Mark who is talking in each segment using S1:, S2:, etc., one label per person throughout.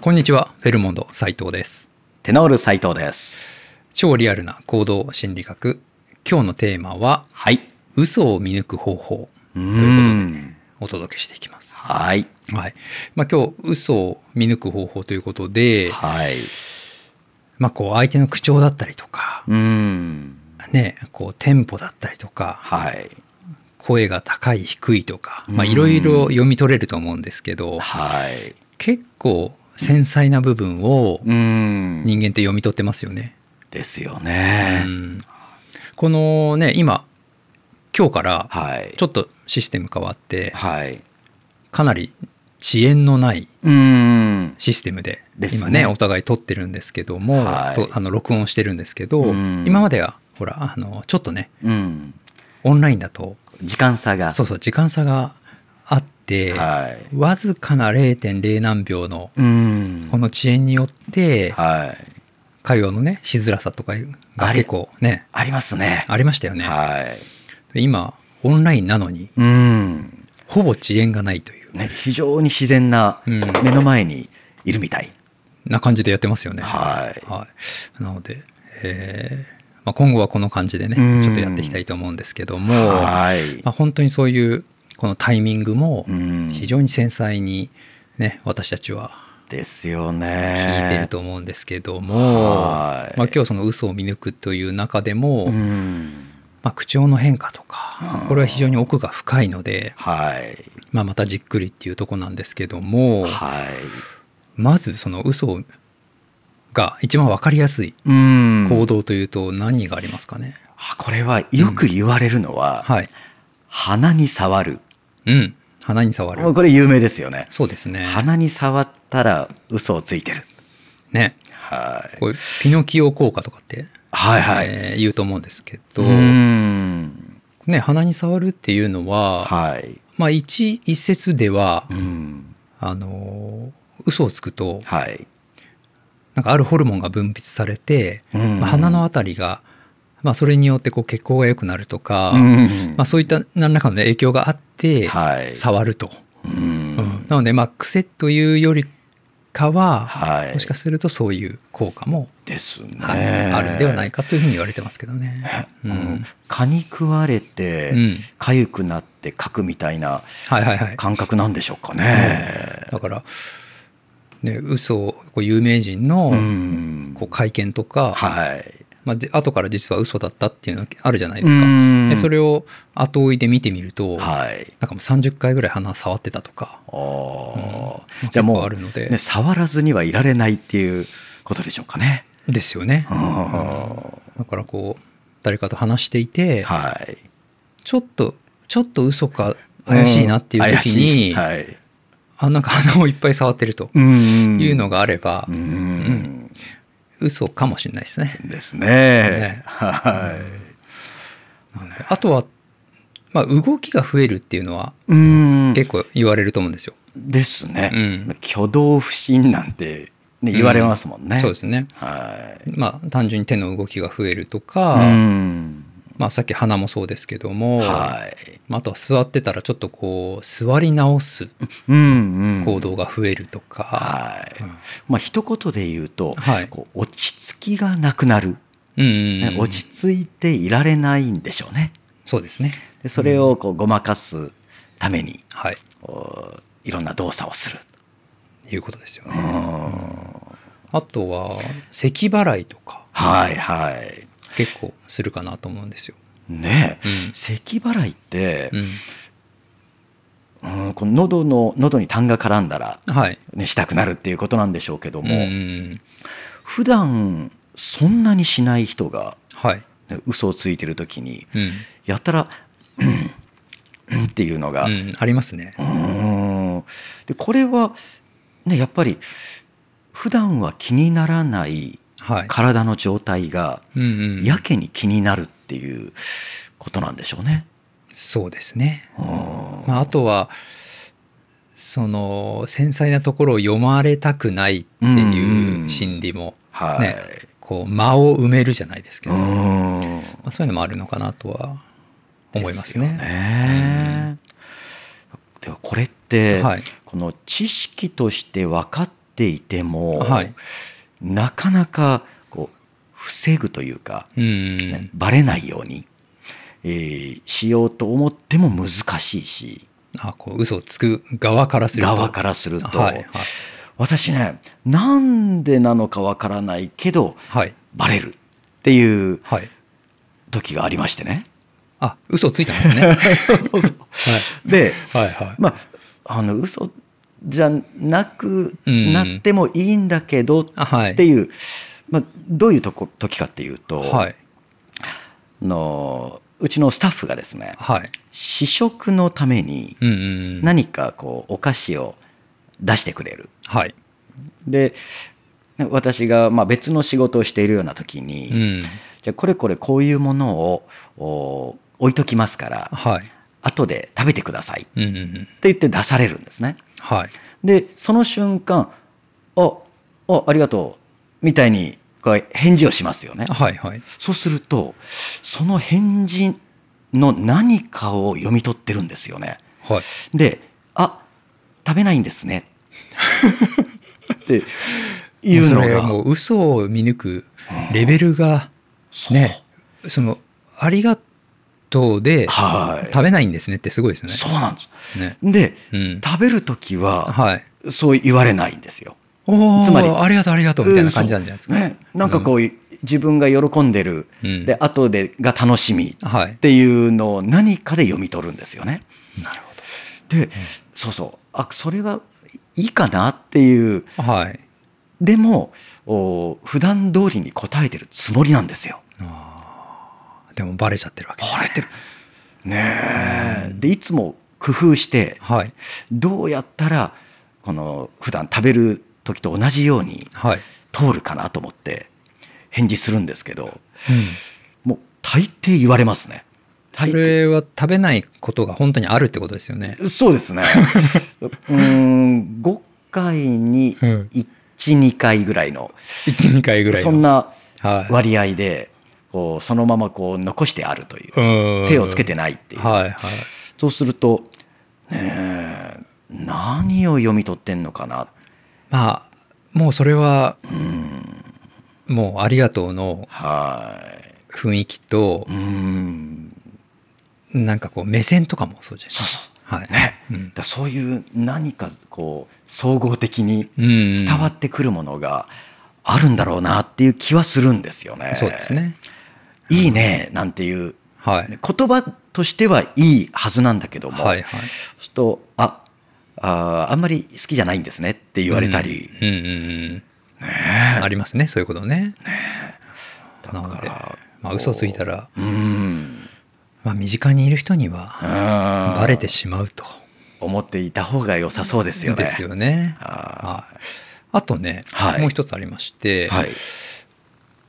S1: こんにちは、フェルモンド斉藤です。
S2: テノール斉藤です。
S1: 超リアルな行動心理学。今日のテーマは、
S2: はい。
S1: 嘘を見抜く方法
S2: と
S1: ということで
S2: で。
S1: お届けしていきます。
S2: はい。
S1: はい。まあ今日、嘘を見抜く方法ということで、
S2: はい。
S1: まあこう相手の口調だったりとか、
S2: うん。
S1: ね、こうテンポだったりとか、
S2: はい。
S1: 声が高い低いとか、まあ
S2: うん
S1: いろいろ読み取れると思うんですけど、
S2: はい。
S1: 結構繊細な部分を
S2: うん。
S1: 人間って読み取ってますよね。
S2: ですよ
S1: う
S2: ね。
S1: んこのね、今、今日から
S2: はい。
S1: ちょっとシステム変わって、
S2: はい。
S1: かなり遅延のない
S2: うん。
S1: システムで
S2: ですね
S1: 今ねお互い撮ってるんですけども、
S2: はい
S1: とあの録音してるんですけど、
S2: うん
S1: 今まではほらあのちょっとね
S2: うん。
S1: オンラインだと
S2: 時間差が。
S1: そうそう時間差があって、
S2: はい。
S1: わずかな0.0何秒の
S2: うん
S1: こ。の遅延によって
S2: はい。
S1: 会話のねしづらさとかが結構ね
S2: ありますね。
S1: ありましたよね。
S2: はい。
S1: で今オンラインなのに
S2: うん。
S1: ほぼ遅延がないという
S2: ね、非常に自然な
S1: うん
S2: 目の前にいるみたい。
S1: な感じでやってますよね。
S2: はい。
S1: はい、なので、えーまあ、今後はこの感じで
S2: う
S1: ね
S2: ん
S1: ちょっとやっていきたいと思うんですけども、ま
S2: はい。
S1: あ、本当にそういうこのタイミングも
S2: うん
S1: 非常に繊細に、ね、私たちは
S2: ですよ
S1: 聞いてる
S2: ね。
S1: と思うんですけども、
S2: はい
S1: まあ、今日その嘘を見抜くという中でも、
S2: うん。
S1: まあ、口調の変化とかこれは非常に奥が深いので、
S2: はい。
S1: まあ、またじっくりっていうとこなんですけども
S2: はい。
S1: まずその嘘が一番分かりやすい
S2: うん
S1: 行動というと何がありますかね、
S2: あこれはよく言われるのは、
S1: はい。
S2: 鼻に触る。
S1: うん。鼻に触
S2: も
S1: る。
S2: うこれ有名ですよね。
S1: そうですね。
S2: 鼻に触ったら嘘をついてる。
S1: ね。
S2: はい。
S1: こういうピノキオ効果とかって、
S2: はいはい。
S1: えー言うと思うんですけど、
S2: うん。
S1: ね、鼻に触るっていうのは、
S2: はい。
S1: まあ一、一説では
S2: う、ん。
S1: あのー嘘をつくと、
S2: はい。
S1: なんかあるホルモンが分泌されて、
S2: うん
S1: まあ鼻のあたりが、まあ、それによってこう血行が良くなるとか、
S2: うん
S1: まあ、そういった何らかのね影響があって、
S2: はい。
S1: 触ると。
S2: うん
S1: うんなので、まあ、癖というよりかは、
S2: はい。
S1: もしかするとそういう効果も
S2: ですね。。
S1: はいあるんではないいかというふうに言われてますけどね。うん、
S2: 蚊に食われて、
S1: うん
S2: 痒くなって書くみたいな
S1: はいはいはい。
S2: 感覚なんでしょうかね。
S1: だから、ね、嘘をこう有名人の
S2: うん
S1: こう会見とか、
S2: はい。
S1: まあ、じ後から実は嘘だったっていうのあるじゃないですか。
S2: うん
S1: でそれを後追いで見てみると、なんか
S2: はい。
S1: もう30回ぐらい鼻触ってたとか、
S2: ああ、
S1: うん
S2: じ
S1: 結構
S2: ゃあも
S1: あるの
S2: う、
S1: で
S2: ね、触らずにはいられないっていうことでしょうかね。
S1: ですよね
S2: う。ん
S1: だからこう、誰かと話していて、
S2: はい。
S1: ちょっと、ちょっと嘘か怪しいなっていう時に、
S2: うん怪しいはい。
S1: あ、なんか鼻をいっぱい触ってると
S2: うん
S1: いうのがあれば、
S2: うん
S1: 嘘かもしれないですね。
S2: です
S1: ね
S2: ね。はい。
S1: あとは、まあ、動きが増えるっていうのは
S2: うん
S1: 結構言われると思うんですよ。
S2: ですね、
S1: うん
S2: 挙動不審なんて、ね、言われますもんね。
S1: そうですね。
S2: はい。
S1: まあ、単純に手の動きが増えるとか、
S2: うん
S1: まあ、さっき鼻もそうですけども、
S2: はい。
S1: まあ、あとは座ってたらちょっとこう座り直す
S2: うんうん
S1: 行動が増えるとか、
S2: はい。まあ一言で言うと、
S1: はい
S2: こう落ち着きがなくなる、
S1: うん
S2: ね落ち着いていられないんでしょうね。
S1: そうですね。
S2: でそれをこうごまかすために
S1: はい。
S2: こういろんな動作をする。
S1: いうことですよね。あとは咳払いとか
S2: はいはい。
S1: 結構するかなと思うんですよ。
S2: ねえ、
S1: うん
S2: 咳払いって
S1: う、ん
S2: うんこの喉の喉に痰が絡んだら、
S1: はい。
S2: ね、したくなるっていうことなんでしょうけども、
S1: うん
S2: 普段そんなにしない人が、
S1: はい。
S2: ね、嘘をついてる時に
S1: うん
S2: やったら「うんうんっていうのが、う
S1: うん、ありますね。
S2: ーんでこれは、ね、やっぱり普段は気にならない
S1: はい。
S2: 体の状態が
S1: うんうん、
S2: やけに気になるっていうことなんでしょうね。
S1: そうですね。まあ、あとはその繊細なところを読まれたくないって
S2: ん
S1: いううん心理も、
S2: はい
S1: ねこう間を埋めるじゃないですけ
S2: う
S1: ど、ま
S2: ーん
S1: あ、そういうのもあるのかなとは思います
S2: ですよ
S1: ね。
S2: ねではこれって、
S1: はい
S2: この知識として分かっっていても、
S1: はい
S2: なかなかこう防ぐというか、
S1: うん。
S2: バレないように、えーしようと思っても難しいし
S1: あ、こう、嘘をつく側からすると。
S2: 側からすると、
S1: はい、はい。
S2: 私ねなんでなのかわからないけど
S1: はい。
S2: バレるっていう
S1: はい。
S2: 時がありましてね。
S1: あ、嘘をついたんです ね。はい。
S2: で、
S1: はい、はい。
S2: まあ、あの嘘じゃなく
S1: うん
S2: なってもいいんだけどっ
S1: あはい
S2: ていう、まあ、どういうとこ時かっていうと、
S1: はい。
S2: あのうちのスタッフがですね
S1: はい。
S2: 試食のために
S1: うんうん。
S2: 何かこうお菓子を出してくれる。
S1: はい。
S2: で私がまあ別の仕事をしているような時に、
S1: うん。
S2: じゃあこれこれこういうものをお置いときますから
S1: はい。
S2: 後で食べてくださいって
S1: うんうんうん。
S2: 言って出されるんですね。
S1: はい。
S2: でその瞬間「ああありがとう」みたいにこう返事をしますよね。
S1: はい、はい。
S2: そうするとその返事の何かを読み取ってるんですよね。
S1: はい。
S2: で「あ食べないんです ね」っていうの
S1: それ
S2: が
S1: はもう嘘を見抜くレベルが、
S2: そう
S1: ね、その、ありがとうで、
S2: はい
S1: 食べないんですねってすごいですよね。
S2: そうなんです。
S1: ね。
S2: で、
S1: うん
S2: 食べる時は
S1: はい。
S2: そう言われないんですよ。
S1: お
S2: つまり
S1: ありがとう、ありがとう、みたいな感じなんじゃないですか。
S2: うんそうね、なんかこう、自分が喜んでる、
S1: うん
S2: で後でが楽しみ
S1: はい
S2: っていうのを何かで読み取るんですよね。
S1: なるほど。
S2: で、そうそうあそれはいいかなっていう
S1: はい。
S2: でもお普段通りに答えてるつもりなんですよ。
S1: でもバレちゃってるわけです。
S2: バレてるねえでいつも工夫して
S1: はい。
S2: どうやったらこの普段食べる時と同じように
S1: はい。
S2: 通るかなと思って返事するんですけど
S1: うん。
S2: もう大抵言われますね。
S1: そ
S2: 大抵
S1: れは食べないことが本当にあるってことですよね。
S2: そうで すね。うーん5回に
S1: うん
S2: 12、2回ぐらいの
S1: 1、2回ぐらいの。
S2: そんな
S1: はい
S2: 割合でこうそのままこう残してあるという
S1: うん
S2: 手をつけてないっていう
S1: はいはい。
S2: そうすると、ねえ何を読み取ってんのかな
S1: まあ、もうそれは、もうありがとうの
S2: はい
S1: 雰囲気と、
S2: うーん
S1: なんかこう目線とかもそうじゃないです
S2: そう
S1: か。
S2: そう
S1: はい。
S2: ね、
S1: うん
S2: だそういう何かこう総合的に
S1: うん
S2: 伝わってくるものがあるんだろうなっていう気はするんですよね。
S1: そうです。ね。
S2: いいねなんていう、
S1: はい。
S2: 言葉としてはいいはずなんだけども、
S1: はいはい。
S2: そうするとああーあんまり好きじゃないんですねって言われたり、
S1: うんうんうん。ありますね、そういうことね。なの
S2: だか
S1: で
S2: ら、
S1: まあ、嘘ついたら、
S2: うーん
S1: まあ、身近にいる人に
S2: う
S1: は
S2: ーん
S1: バレてしまうと。
S2: 思っていた方が良さそうですよね。
S1: ですよね。
S2: あ
S1: はいあとね、
S2: はい
S1: もう一つありまして、
S2: ーはい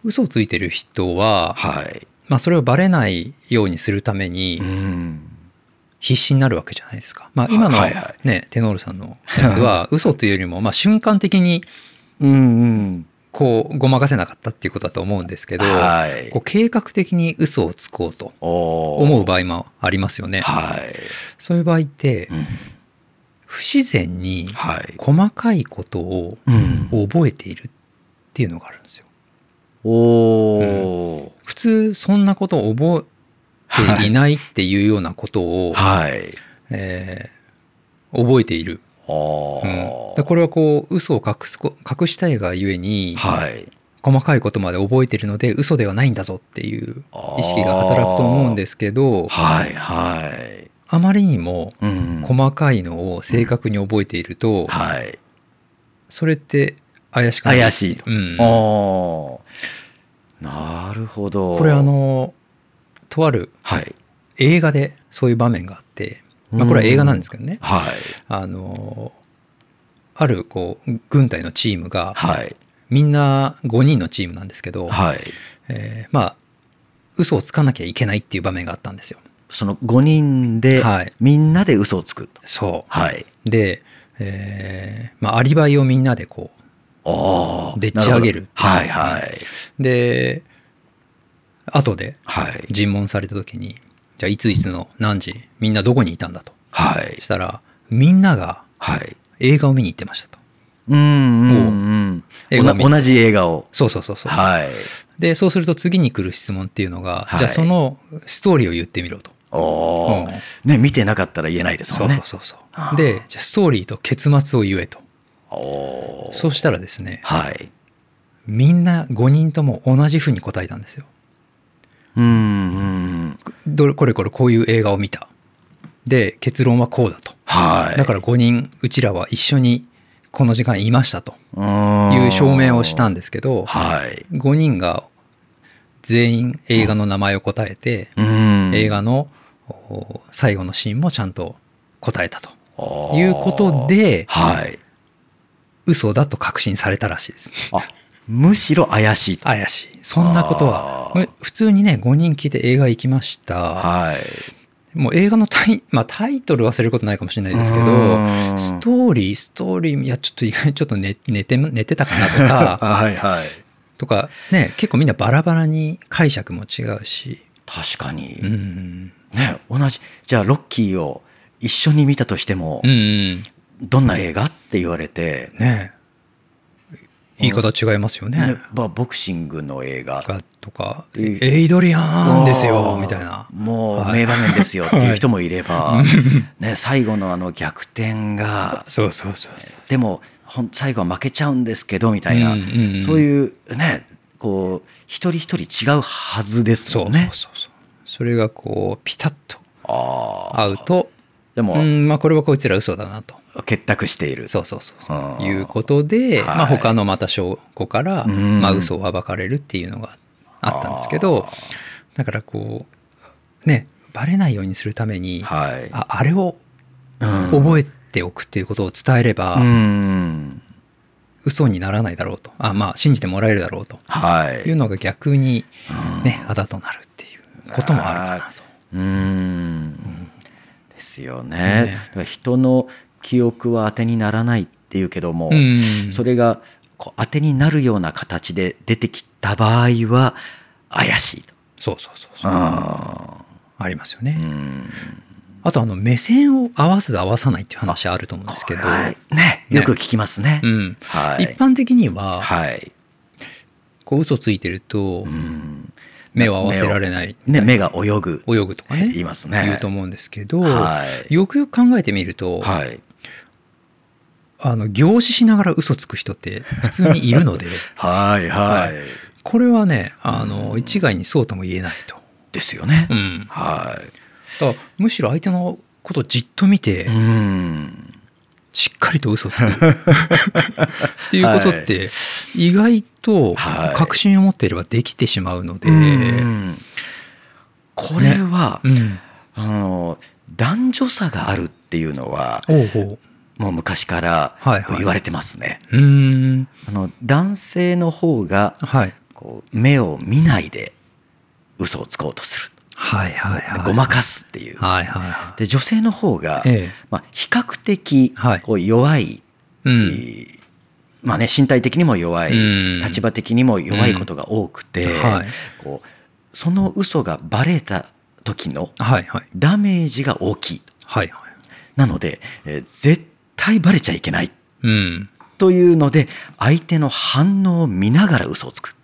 S1: 嘘をついてる人は、
S2: はい。
S1: まあ、それをバレないようにするために
S2: うん
S1: 必死になるわけじゃないですか。まあ、今の、ね
S2: はいは
S1: テノールさんのやつは嘘というよりも、まあ、瞬間的に
S2: うんうん
S1: こうごまかせなかったっていうことだと思うんですけど、
S2: はい
S1: こう計画的に嘘をつこうと
S2: おー
S1: 思う場合もありますよね。
S2: はい。
S1: そういう場合って、
S2: ん
S1: 不自然に
S2: はい。
S1: 細かいことを
S2: うん、
S1: 覚えているっていうのがあるんですよ。
S2: おー
S1: 普通そんなことを覚えていないっていうようなことを、
S2: はい。
S1: えー覚えている。
S2: お
S1: うん
S2: ー
S1: でこれはこう嘘を隠すこ隠したいがゆえに、
S2: はい。
S1: 細かいことまで覚えているので嘘ではないんだぞっていう意識が働くと思うんですけど
S2: はいはい。
S1: あまりにも
S2: うん
S1: 細かいのを正確に覚えていると、
S2: はい。
S1: それって怪しくな
S2: 怪しいと
S1: うん、こ
S2: おーなるほど。
S1: れあ、のとある
S2: はい。
S1: 映画でそういう場面があって、まあ、これは映画なんですけどね、
S2: はい。
S1: あのあるこう軍隊のチームが
S2: はい。
S1: みんな5人のチームなんですけど、
S2: はい。
S1: えーまあ嘘をつかなきゃいけないっていう場面があったんですよ。
S2: その5人で、
S1: はい
S2: みんなで嘘をつくと。
S1: そ
S2: はい。
S1: うで、えーまあ、アリバイをみんなでこ
S2: おー
S1: でっち上げる
S2: なほどはいはい。
S1: うで後で
S2: はい。
S1: 尋問された時にじゃあいついつの何時みんなどこにいたんだと
S2: はい
S1: し。たらみんなが
S2: はい。
S1: 映画を見に行ってましたと。
S2: うんうんうん。
S1: 映画を見
S2: おな同じ映画を
S1: そうそうそうそう。
S2: はい
S1: でそうすると次に来る質問っていうのが、
S2: はい
S1: じゃあそのストーリーを言ってみろと。
S2: おお、
S1: うん
S2: ね見てなかったら言えないです
S1: そ
S2: も
S1: うんそう
S2: ね
S1: そうそ
S2: あ
S1: う。
S2: ー
S1: でじゃあストーリーと結末を言えと。
S2: おー
S1: そうしたらですね
S2: はい
S1: みんな5人とも同じふうに答えたんですよ。
S2: うんうん
S1: どれこれこれこういう映画を見た。で結論はこうだと。
S2: はい
S1: だから5人うちらは一緒にこの時間にいましたと
S2: うーん
S1: いう証明をしたんですけど
S2: はい
S1: 5人が全員映画の名前を答えて
S2: うん
S1: 映画のお最後のシーンもちゃんと答えたと
S2: と
S1: いうことで
S2: はい
S1: 嘘だと確信されたらしいです
S2: あむしろ怪しいと
S1: 怪しいそんなことは
S2: あー
S1: む普通にね5人聞いて映画行きました
S2: はい
S1: もう映画のタイ,、 まあ、タイトル忘れることないかもしれないですけど
S2: うん
S1: ストーリーストーリーいやちょっと意外にちょっ と寝寝て寝てたかなとか
S2: あはいはい
S1: とかね結構みんなバラバラに解釈も違うし、
S2: 確かに、
S1: うん
S2: ね同じじゃあロッキーを一緒に見たとしても、
S1: うんうん、
S2: どんな映画って言われて、
S1: ね言い方違いますよね。
S2: ねまあ、ボクシングの映画
S1: がとか「
S2: えー
S1: エイドリアンですよ」みたいな
S2: あーも
S1: は
S2: う
S1: い
S2: 名場面ですよっていう人もいれば、ね、最後のあの逆転が
S1: そうそうそうそう
S2: でもほん最後は負けちゃうんですけどみたいな、
S1: うんうんうん
S2: そういうねこう一人一人違うはずです
S1: そ
S2: よ
S1: う
S2: ね。
S1: そうそうそれがこうピタッと
S2: あー
S1: 合うと
S2: でも、
S1: うんまあこれはこいつら嘘だなと
S2: 結託している
S1: そうそうそうそ
S2: あ
S1: う
S2: ー
S1: いうことで、
S2: はい
S1: まあ、他のまた証拠から、
S2: ん
S1: まあ嘘を暴かれるっていうのがあったんですけどだからこうねバレないようにするために、
S2: はい
S1: ああれを
S2: うん
S1: 覚えておくっていうことを伝えれば、
S2: うん
S1: 嘘にならないだろうとあまあ信じてもらえるだろうと
S2: はい
S1: いうのが逆にね、あだとなるっていうこともあるかなと。
S2: うーんですよね。
S1: ね
S2: だから人の記憶は当てにならないっていうけども、
S1: うん
S2: それがこう当てになるような形で出てきた場合は怪しいと。
S1: そうそうそうそう
S2: あ
S1: ありますよね。
S2: ーうん
S1: あとあの目線を合わす合わさないっていう話あると思うんですけど、
S2: はいね、よく聞きますね。
S1: うん
S2: はい、
S1: 一般的には、
S2: はい、
S1: こう嘘ついてると
S2: うん
S1: 目を合わせられない
S2: ね、目が泳ぐ、
S1: 泳ぐとかね
S2: 言いますね
S1: 言うと思うんですけど、
S2: はい
S1: よくよく考えてみると、
S2: はい
S1: あの凝視しながら嘘つく人って普通にいるの で
S2: はいはい、
S1: はこれはねあの一概にそうとも言えないと。
S2: ですよね。
S1: うん、だか
S2: はい
S1: らむしろ相手のことをじっと見て、
S2: うん
S1: しっかりと嘘をつ くっていうことって意外と
S2: はい
S1: 確信を持っていればできてしまうので、
S2: うんこれは、
S1: うん
S2: あの男女差があるっていうのは
S1: おうほう
S2: もう昔から
S1: はいはい
S2: こう言われてますね。
S1: うーん
S2: あの男性の方が
S1: はい
S2: こう目を見ないで嘘をつこうとする、
S1: はいはい
S2: で
S1: はい
S2: ごまかすっていう。
S1: はいはいは
S2: で女性の方が、
S1: ええ
S2: まあ、比較的
S1: はい
S2: こう弱い、
S1: い、う
S2: え
S1: ん
S2: ーまあね、身体的にも弱い、
S1: うん
S2: 立場的にも弱いことが多くて、
S1: うんはい
S2: こうその嘘がバレた時の
S1: はいはい
S2: ダメージが大きい。
S1: はいはい
S2: なので、えー絶対バレちゃいけない
S1: うん
S2: というので相手の反応を見ながら嘘をつく。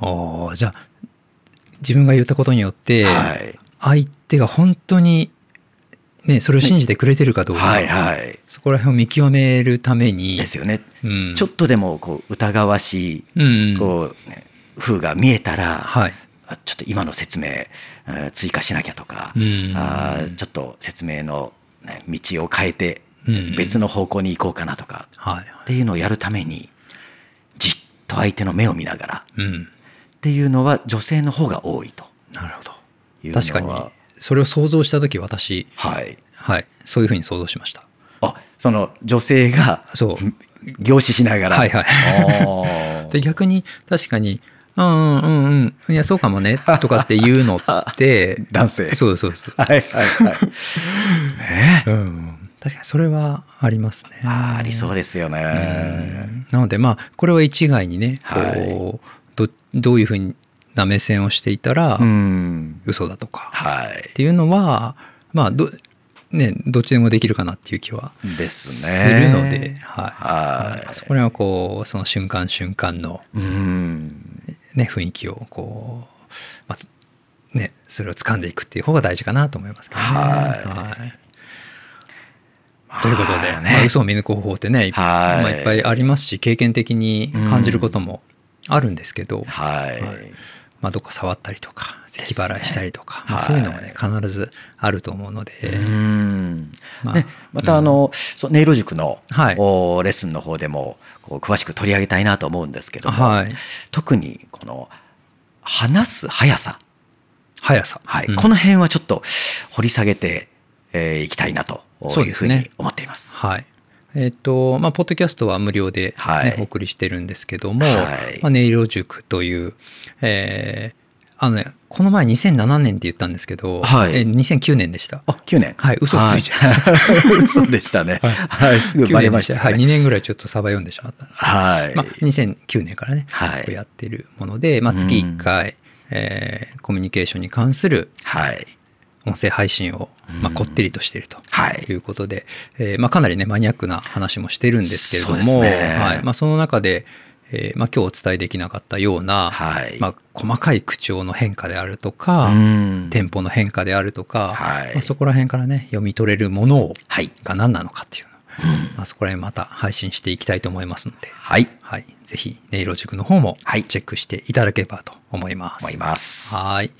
S1: ああじゃあ自分が言ったことによって
S2: はい
S1: 相手が本当にねそれを信じてくれてるかどうか、
S2: はいはい。
S1: そこら辺を見極めるために
S2: ですよね。
S1: うん
S2: ちょっとでもこう疑わし
S1: うん
S2: いこう、ね、風が見えたら、
S1: はい
S2: あちょっと今の説明えー追加しなきゃとか、
S1: うん
S2: あーちょっと説明のね、道を変えて
S1: うん
S2: 別の方向に行こうかなとか
S1: はいはい
S2: っていうのをやるためにじっと相手の目を見ながら
S1: うん
S2: っていうのは女性の方が多いと
S1: なるほど
S2: いうのは
S1: 確かにそれを想像した時私
S2: はい
S1: はいそういうふうに想像しました
S2: あその女性が
S1: そう
S2: 凝視しながら
S1: はいはい
S2: い
S1: で逆に確かに「うんうんうんうんいやそうかもね」とかっていうのって
S2: 男性
S1: そうそうそう、
S2: はいはい はい
S1: うん、確かにそれはありますね
S2: あーありそうですよね
S1: なのでまあこれは一概にねこう、どどういうふうな目線をしていたら
S2: うん
S1: 嘘だとか
S2: は
S1: っ
S2: い
S1: ていうのはまあどね、どっちでもできるかなっていう気は
S2: です
S1: す
S2: ね。
S1: るので、はい
S2: はい
S1: そこら辺はこうその瞬間瞬間の、
S2: うん
S1: ね、雰囲気をこう、まあね、それを掴んでいくっていう方が大事かなと思いますけどね。
S2: はい
S1: ということで、
S2: まあね
S1: まあ、嘘を見抜く方法ってね、いっぱい
S2: はい
S1: まあ、いっぱいありますし経験的に感じることもあるんですけど、
S2: はい、
S1: はいまあ、どっか触ったりとか
S2: す
S1: 咳
S2: ね
S1: 払いしたりとか、まあ、
S2: はい
S1: そういうのはね必ずあると思うので、
S2: うん
S1: まあ
S2: ね、またあの、そうネイル塾の、
S1: はい
S2: おレッスンの方でもこう詳しく取り上げたいなと思うんですけども、
S1: はい、
S2: 特にこの話す速さ、
S1: 速さ、
S2: はい
S1: うん
S2: この辺はちょっと掘り下げてい、えーいきたいなと
S1: そう
S2: いう
S1: で
S2: ふ
S1: す
S2: う
S1: ね
S2: に思っています。
S1: はい。えっ、と、まあ、ポッドキャストは無料で、ね
S2: はい
S1: お送りしてるんですけども、
S2: はい
S1: まあ、音色塾という、えーあのね、この前2007年って言ったんですけど、
S2: はい
S1: えー2009年でした。
S2: あ9年
S1: はい嘘ついちゃ
S2: はい 嘘でしたね、
S1: は
S2: はいいすぐ
S1: 9
S2: バレ
S1: 年
S2: ま
S1: で
S2: し
S1: した
S2: た
S1: はい、
S2: ね
S1: 2年ぐらいちょっとサバ読んでしまったんですけど
S2: はい、
S1: まあ、2009年からね、
S2: はい
S1: こうやってるもので、まあ、月1回、えーコミュニケーションに関する
S2: はい
S1: 音声配信を、まあ、こってりとしていると
S2: はい
S1: いうことで、えーまあ、かなりねマニアックな話もしてるんですけれど
S2: そう
S1: も、
S2: ですね
S1: はいまあ、その中で、えーまあ、今日お伝えできなかったような、
S2: はい
S1: まあ、細かい口調の変化であるとか、
S2: うん
S1: テンポの変化であるとか、
S2: はい
S1: まあ、そこら辺からね読み取れるものを
S2: はい
S1: が何なのかっていうのを、まあ、そこら辺また配信していきたいと思いますので、
S2: はい
S1: はい、ぜひ音色塾の方も
S2: はい
S1: チェックしていただければと思います。
S2: 思います
S1: はい。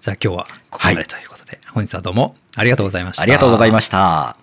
S1: じゃあ今日はここま
S2: は
S1: で
S2: い
S1: ということで、本日はどうもありがとうございました。
S2: ありがとうございました